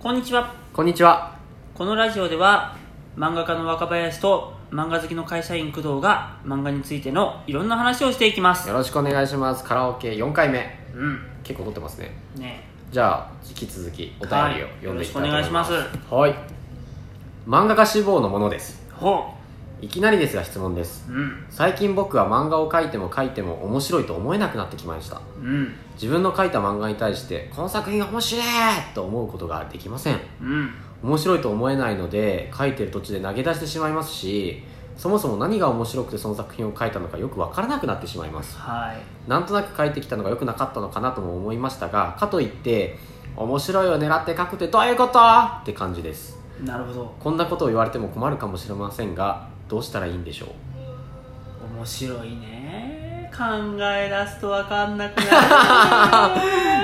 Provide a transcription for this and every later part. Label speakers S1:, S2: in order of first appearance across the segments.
S1: こんにちは
S2: こんにちは。
S1: このラジオでは漫画家の若林と漫画好きの会社員工藤が漫画についてのいろんな話をしていきます
S2: よろしくお願いします。カラオケ4回目。
S1: うん
S2: 結構撮ってますね。
S1: ね
S2: じゃあ、引き続きお便りを読んでいきたいと思います。
S1: はいよろし
S2: はい。漫画家志望のものです。
S1: ほ
S2: いきなりですが質問です。
S1: ううん
S2: 最近僕は漫画を描いても描いても面白いと思えなくなってきました。
S1: うん
S2: 自分の描いた漫画に対して、この作品が面白いと思うことができません。
S1: うん
S2: 面白いと思えないので書いてる途中で投げ出してしまいますしそもそも何が面白くてその作品を書いたのかよく分からなくなってしまいます
S1: はい
S2: なんとなく書いてきたのが良くなかったのかなとも思いましたがかといって面白いを狙って書くってどういうことって感じです
S1: なるほど
S2: こんなことを言われても困るかもしれませんがどうしたらいいんでしょう
S1: 面白いね考え出すと分かんなく な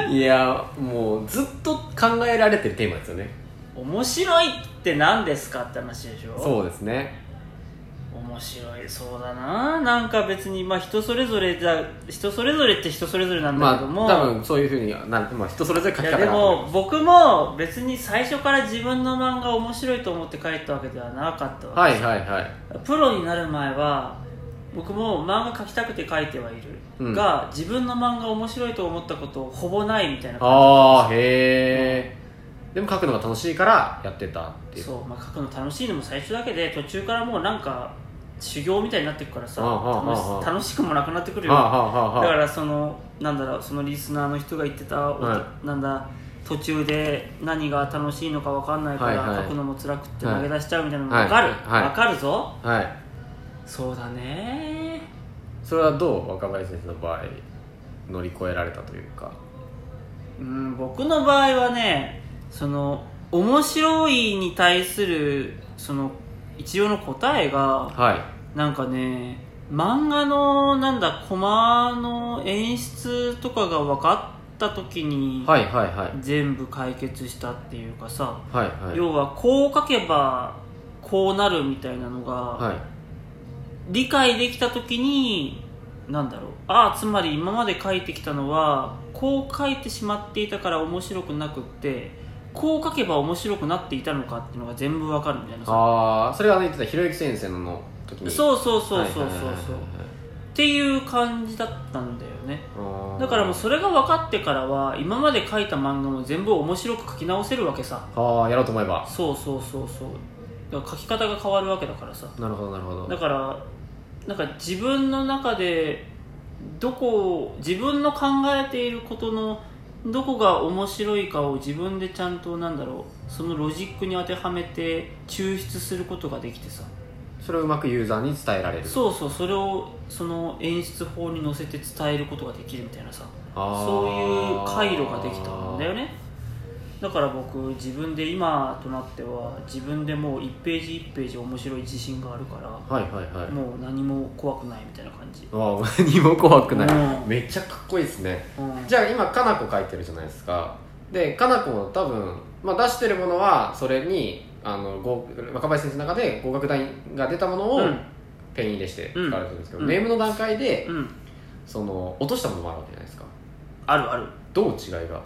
S1: る
S2: いやもうずっと考えられてるテーマですよね
S1: 面白いって何ですかって話でしょ
S2: そうですね
S1: 面白いそうだななんか別にまあ人それぞれだ人それぞれって人それぞれなんだ
S2: まあ
S1: けども、
S2: 多分そういうふうにはなん、まあ、人それぞれ書
S1: い
S2: き
S1: や
S2: 方
S1: で
S2: が
S1: も僕も別に最初から自分の漫画を面白いと思って書いたわけではなかったわ
S2: は
S1: け
S2: いはいはい
S1: プロになる前は僕も漫画描きたくて書いてはいる、
S2: うん
S1: が自分の漫画面白いと思ったことほぼないみたいな
S2: ああへえ、でも書くのが楽しいからやってたっていう
S1: そう、まあ、書くの楽しいのも最初だけで途中からもうなんか修行みたいになってくからさ
S2: ああああ
S1: 楽し
S2: ああ
S1: 楽しくもなくなってくる
S2: は
S1: よ
S2: あはあは
S1: だ
S2: あはあ
S1: からそのなんだろうそのリスナーの人が言ってた、おと
S2: は
S1: なんだ途中で何が楽しいのか分かんないから、
S2: はいはい
S1: 書くのも辛くって
S2: はい
S1: 投げ出しちゃうみたいなの分かる、
S2: はいはい
S1: 分かるぞ
S2: はい
S1: そうだね
S2: それはどう若林先生の場合乗り越えられたというか
S1: うん僕の場合はねその面白いに対するその一応の答えが
S2: はい
S1: なんかね漫画のなんだコマの演出とかが分かった時に、
S2: はいはいはい
S1: 全部解決したっていうかさ、
S2: はいはい
S1: 要はこう書けばこうなるみたいなのが
S2: はい
S1: 理解できた時になんだろうああつまり今まで書いてきたのはこう書いてしまっていたから面白くなくってこう書けば面白くなっていたのかっていうのが全部わかるみたいなさ
S2: ああそれはね言ってたひろゆき先生の時にう
S1: そうそうそうそうそうそう
S2: はい
S1: っていう感じだったんだよね
S2: はいはいはいあー
S1: だからもうそれが分かってからは今まで書いた漫画も全部面白く書き直せるわけさ
S2: ああやろうと思えば
S1: そうそうそうそうだから書き方が変わるわけだからさ
S2: なるほどなるほど
S1: だからなんか自分の中でどこを自分の考えていることのどこが面白いかを自分でちゃんとなんだろうそのロジックに当てはめて抽出することができてさ
S2: それをうまくユーザーに伝えられる
S1: そうそうそれをその演出法に乗せて伝えることができるみたいなさ
S2: あー
S1: そういう回路ができたんだよねだから僕自分で今となっては自分でもう1ページ1ページ面白い自信があるから
S2: はいはいはい
S1: もう何も怖くないみたいな感じ、
S2: ああ 何も怖くない、
S1: うん
S2: めっちゃかっこいいですね
S1: うん
S2: じゃあ今かなこ書いてるじゃないですかでかなこも多分、まあ、出してるものはそれにあの合若林先生の中で合格団が出たものを
S1: うん
S2: ペン入れして使われてるんですけど、
S1: うん
S2: ネームの段階で、
S1: うん
S2: その落としたものもあるわけじゃないですか
S1: あるある
S2: どう違いがある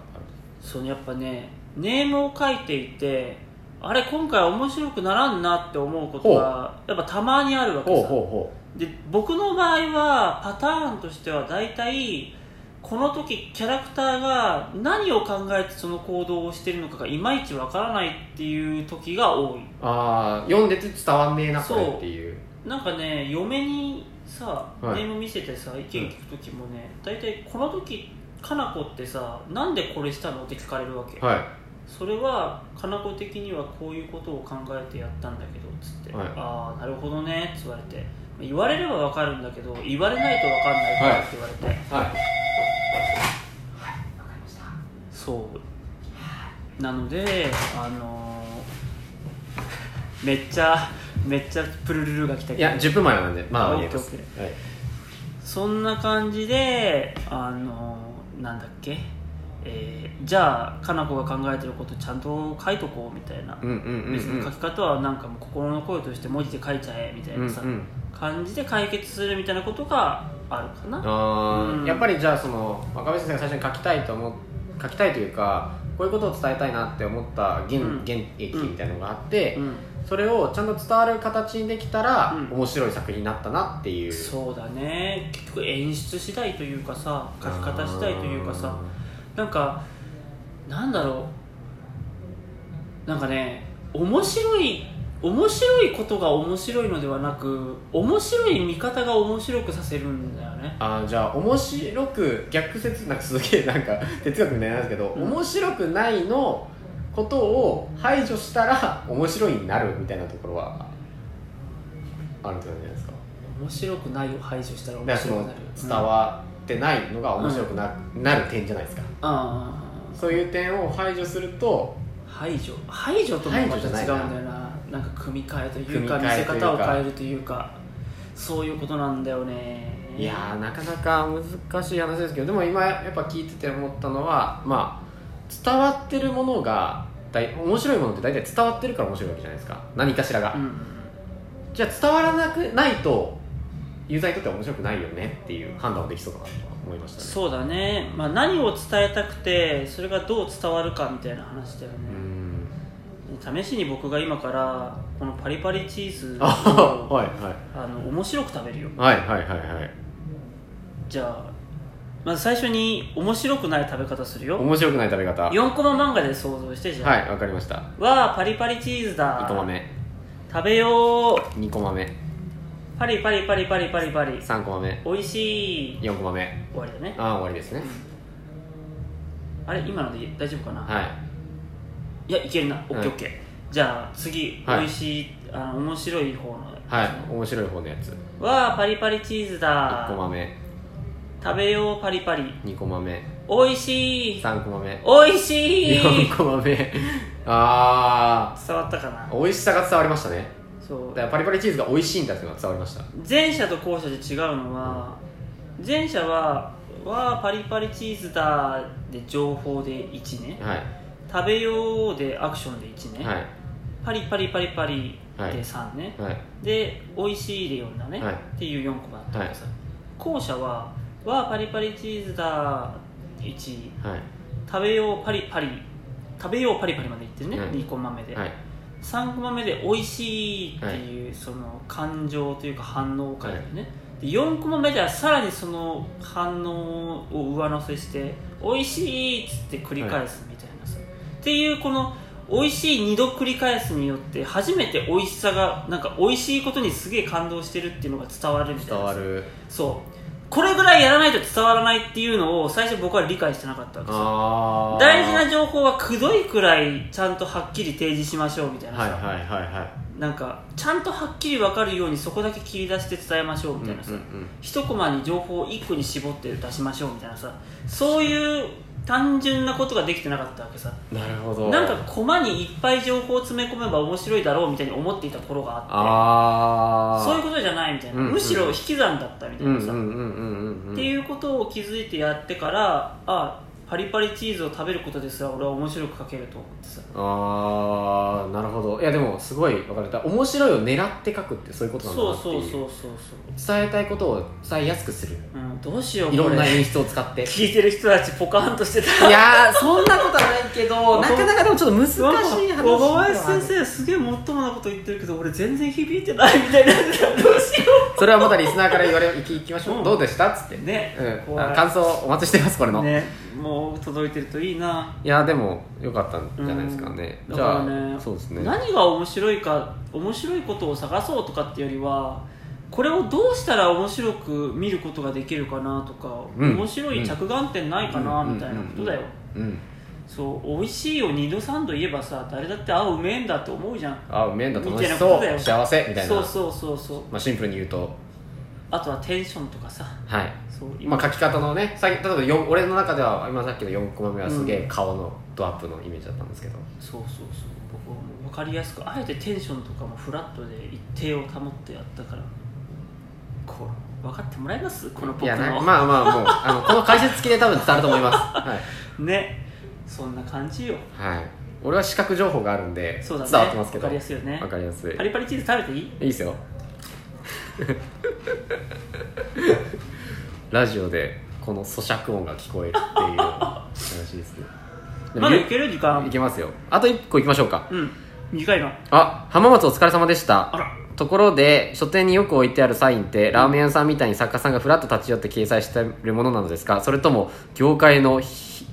S1: そのやっぱねネームを書いていてあれ今回面白くならんなって思うことがやっぱたまにあるわけ
S2: ほうほう
S1: さ
S2: ほ
S1: で僕の場合はパターンとしては大体この時キャラクターが何を考えてその行動をしてるのかがいまいちわからないっていう時が多いう
S2: ああ読んでて伝わんねえなこ
S1: そう
S2: れっていう
S1: なんかね嫁にさ、
S2: はい
S1: ネーム見せてさ意見聞く時もね大体この時かなこってさなんでこれしたのって聞かれるわけ、
S2: はい
S1: それはかなこ的にはこういうことを考えてやったんだけどつって、
S2: はい
S1: ああなるほどねって言われて言われればわかるんだけど言われないとわかんないからって言われて、
S2: はい
S1: そうなのであのーめっちゃめっちゃプルルルが来たけど
S2: いや10分前なんでまだ言えます
S1: オッケーオッ
S2: はい
S1: そんな感じであのなんだっけ、えーじゃあかなこが考えてることちゃんと書いとこうみたいな、
S2: うんうんうん
S1: 別に書き方はなんかもう心の声として文字で書いちゃえみたい
S2: うんう
S1: なんさ、
S2: うん
S1: 感じで解決するみたいなことがあるかな
S2: あー
S1: うん
S2: やっぱりじゃあその若林先生が最初に書きたいと思う書きたいというかこういうことを伝えたいなって思った原,、
S1: うん
S2: 原液みたいなのがあって、
S1: うん
S2: それをちゃんと伝わる形にできたら、
S1: うん
S2: 面白い作品になったなっていう
S1: そうだね結局演出次第というかさ書き方次第というかさなんかなんだろうなんかね面白い面白いことが面白いのではなく面白い見方が面白くさせるんだよね
S2: あーじゃあ面白く逆説なんかすげえなんか哲学みたいなんですけど、
S1: うん
S2: 面白くないのことを排除したら面白いになるみたいなところはあるんじゃないですか
S1: 面白くないを排除したら
S2: だか
S1: 面
S2: らそ
S1: 白く
S2: の
S1: なる
S2: 伝わってないのが面白くな,、なる点じゃないですか
S1: うんああ
S2: そういう点を排除すると
S1: 排除排除ともま
S2: 排除
S1: た
S2: じゃ
S1: 違う
S2: なんい
S1: だ
S2: な
S1: よななんか組み替えというか見
S2: 組み替
S1: せ
S2: えとい
S1: 方
S2: うか
S1: を変えるというかそういうことなんだよね
S2: いやーなかなか難しい話ですけどでも今やっぱ聞いてて思ったのはまあ伝わってるものがだい面白いものって大体伝わってるから面白いわけじゃないですか何かしらが、
S1: うん
S2: じゃあ伝わらなくないとユーザーにとっては面白くないよねっていう判断をできそうだなと思いましたね
S1: そうだね、まあ、何を伝えたくてそれがどう伝わるかみたいな話だよ
S2: うー
S1: ね、
S2: ん
S1: 試しに僕が今からこのパリパリチーズ
S2: あ
S1: を
S2: はいはい
S1: あの面白く食べるよ
S2: はいはいはいはい
S1: じゃあまず最初に面白くない食べ方するよ
S2: 面白くない食べ方は
S1: 4コマ漫画で想像してじゃあ、
S2: いわかりました
S1: わあパリパリチーズだ
S2: 1コマ目
S1: 食べよう
S2: 2コマ目
S1: パリパリパリパリパリパリ
S2: 3コマ目
S1: 美味しい
S2: 4コマ目
S1: 終わりだね
S2: ああ終わりですね
S1: あれ今ので大丈夫かな、
S2: はい
S1: い、やいけるなオッケーオッケー、じゃあ次、
S2: はい
S1: 美味しいあの面白い方の
S2: はい面白い方のやつ
S1: わあパリパリチーズ
S2: 1コ
S1: だ
S2: マ目
S1: 食べようパリパリ
S2: 2コマ目
S1: 美味しい
S2: 3コマ目
S1: 美味しい
S2: 4コマ目あ
S1: 伝わったかな
S2: あ美味しさが伝わりましたね
S1: そう
S2: だからパリパリチーズが美味しいんだっていうのが伝わりました
S1: 前者と後者で違うのは前者は「わあパリパリチーズだ」で情報で1ね
S2: はい
S1: 食べようでアクションで1ね、
S2: はい
S1: パリパリパリパリ
S2: はい
S1: で3ね、
S2: はい
S1: で美味しいで4だね、
S2: はい
S1: っていう4個があったからさ、後者は「わあパリパリチーズだ」1
S2: はい
S1: 食べようパリパリ食べようパリパリまでいってるね、
S2: うん
S1: 2コマ目で、
S2: はい
S1: 3コマ目で美味しいっていう、その感情というか反応を書いてね、で4コマ目ではさらにその反応を上乗せして美味しいっつって繰り返すみたいなさ、っていうこの美味しい2度繰り返すによって初めて美味しさがなんか美味しいことにすげえ感動してるっていうのが伝わるみたいな
S2: 伝
S1: さ
S2: わる
S1: そうこれぐらいやらないと伝わらないっていうのを最初僕は理解してなかったわけですよ
S2: ああ
S1: 大事な情報はくどいくらいちゃんとはっきり提示しましょうみたいなさ、
S2: はいはいはいはい
S1: なんかちゃんとはっきり分かるようにそこだけ切り出して伝えましょうみたいなさ、
S2: うんうんうん
S1: 一コマに情報を一個に絞って出しましょうみたいなさそういう単純なことができてなかったわけさ
S2: なるほど
S1: なんかコマにいっぱい情報を詰め込めば面白いだろうみたいに思っていた頃があって
S2: ああ
S1: そういうことじゃないみたいな、
S2: うんうん
S1: むしろ引き算だったみたい
S2: うん
S1: な
S2: う
S1: さ、
S2: んうんうんうんうん
S1: っていうことを気づいてやってからあパリパリチーズを食べることですら俺は面白く書けると思ってさ
S2: ああなるほどいやでもすごい分かれた面白いを狙って書くってそういうことなんだ
S1: そ
S2: な
S1: う
S2: ってい
S1: そううそうそうそう、
S2: 伝えたいことを伝えやすくする
S1: うん、どうしよう
S2: いろ
S1: こ
S2: んな
S1: れ
S2: 演出を 使ってい
S1: 聞いてる人たちポカーンとしてた
S2: やーそんなことはないけ どなかなかでもちょっと難しい話で
S1: 小
S2: はある
S1: 林先生すげえもっともなこと言ってるけど俺全然響いてないみたいなどうしよ
S2: それはまたリスナーから言われいきいきましょう、
S1: うん
S2: どうでしたっつって
S1: うね
S2: うん、
S1: 怖い
S2: 感想お待ちしてますこれの、
S1: ねもう届いてるといいない
S2: やでもよかったんじゃないですかね、
S1: うん
S2: じゃあ、
S1: だからね
S2: そうですね
S1: 何が面白いか面白いことを探そうとかってよりはこれをどうしたら面白く見ることができるかなとか、
S2: うん
S1: 面白い着眼点ないかな
S2: うん
S1: みたいなことだよ、
S2: うん
S1: そう美味しいを二度三度言えばさ誰だってあうめえんだって思うじゃん
S2: あ麺だ楽し
S1: みたいなこ
S2: そ
S1: とだよ
S2: う幸せみたいな
S1: そうそうそうそう
S2: まあ、シンプルに言うと
S1: あとはテンションとかさ
S2: はい
S1: そう今
S2: まあ、書き方のねさっき例えばよん俺の中では今さっきの4コマ目はすげえ顔のドアップのイメージだったんですけど、
S1: そうそうそう僕はもう分かりやすくあえてテンションとかもフラットで一定を保ってやったからこう分かってもらえますこの僕
S2: い
S1: の
S2: やなまあまあもうあのこの解説付きで多分伝わると思いますはい
S1: ねそんな感じよ
S2: はい、俺は視覚情報があるんで、
S1: そうだね
S2: 伝わってますけど
S1: わかりやすいよね
S2: わかりやすい
S1: パリパリチーズ食べていい
S2: いい ですよラジオでこの咀嚼音が聞こえるっていう話ですねでも
S1: まだいける時
S2: い
S1: 間
S2: けますよあと1個いきましょうか
S1: うん短いな
S2: あ浜松お疲れ様でした
S1: あら
S2: ところで書店によく置いてあるサインってラーメン屋さんみたいに作家さんがふらっと立ち寄って掲載してるものなのですかそれとも業界のひ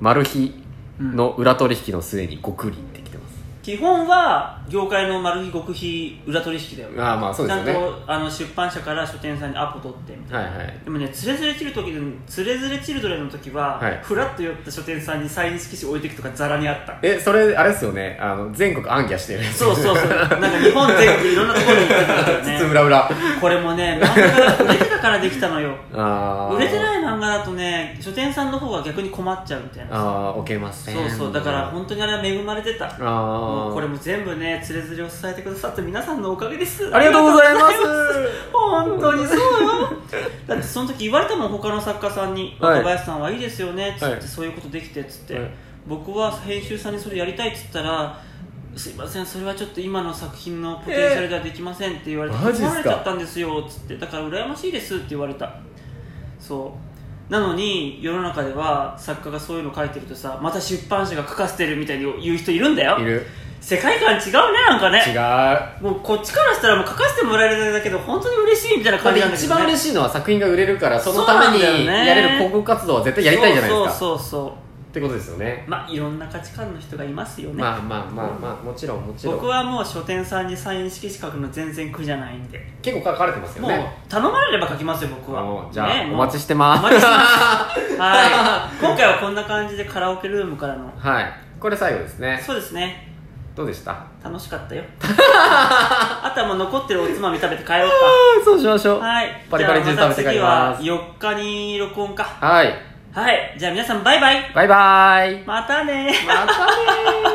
S2: マル秘の裏取引の末にごくりってきてます、
S1: 基本は業界の丸木極秘裏取引だよ
S2: ああまあそう
S1: ち
S2: です
S1: ゃ
S2: よ
S1: ん
S2: ね
S1: とあの出版社から書店さんにアポ取ってみたいな
S2: はいはい
S1: でもね、つれづれチル時の、つれづれチルドレの時は、
S2: はい
S1: フラッと寄った書店さんにサイン色紙置いていくとかザラにあった。
S2: えそれあれですよねあの全国暗記してるやつ
S1: そうそうそう。なんか日本全国いろんなところに行ってたんだよ
S2: 津
S1: ね。
S2: 々 浦々
S1: これもね、漫画が売れてたからできたのよ。
S2: あー
S1: 売れてない漫画だとね、書店さんの方が逆に困っちゃうみたいな。
S2: ああ置けません
S1: そうそう。だから本当にあれは恵まれてた。も
S2: ああ
S1: うこれも全部ね、つれづれを支えてくださった皆さんのおかげです。
S2: ありがとうございます
S1: 本当にそうよだってその時言われたもん他の作家さんに「
S2: はい
S1: 若林さんはいいですよね」っつって、
S2: はい
S1: そういうことできて」っつって、
S2: はい
S1: 僕は編集さんにそれやりたいっつったら「すいませんそれはちょっと今の作品のポテンシャルではできません」って言われて「
S2: えーマジっ
S1: 断
S2: すか
S1: られちゃったんですよ」っつって「だから羨ましいです」って言われたそうなのに世の中では作家がそういうの書いてるとさまた出版社が書かせてるみたいに言う人いるんだよ
S2: いる
S1: 世界観違うねなんかね
S2: 違う
S1: もうこっちからしたらもう書かせてもらえるだけで本当に嬉しいみたいな
S2: ま
S1: 感
S2: あ
S1: じなんだけ
S2: 一
S1: ど、ね、
S2: 番嬉しいのは作品が売れるからそのため
S1: そうなん
S2: に
S1: だよね
S2: やれる広告活動は絶対やりたいじゃないですか
S1: そうそうそ
S2: ってことですよね
S1: うまあいろんな価値観の人がいますよね、
S2: まあまあまあまあもちろんもちろん
S1: 僕はもう書店さんにサイン色紙書くの全然苦じゃないんで、
S2: 結構書かれてますよ
S1: もう
S2: ね
S1: 頼まれれば書きますよ僕は
S2: もうじゃあ
S1: ね
S2: お待ちしてま
S1: お待ちしてま すはい今回はこんな感じでカラオケルームからの
S2: すはいこれ最後ですね
S1: そうですね
S2: どうでしたあ
S1: 楽しかったよ あとはもう残ってるおつまみ食べて帰ろう
S2: ーそうしまし ょう
S1: かはい
S2: バリバリジュース食べて帰ります
S1: じゃあまた次は4日に録音か
S2: はい
S1: はいじゃあ皆さんバイバイ
S2: バイバーイ
S1: またね
S2: またねー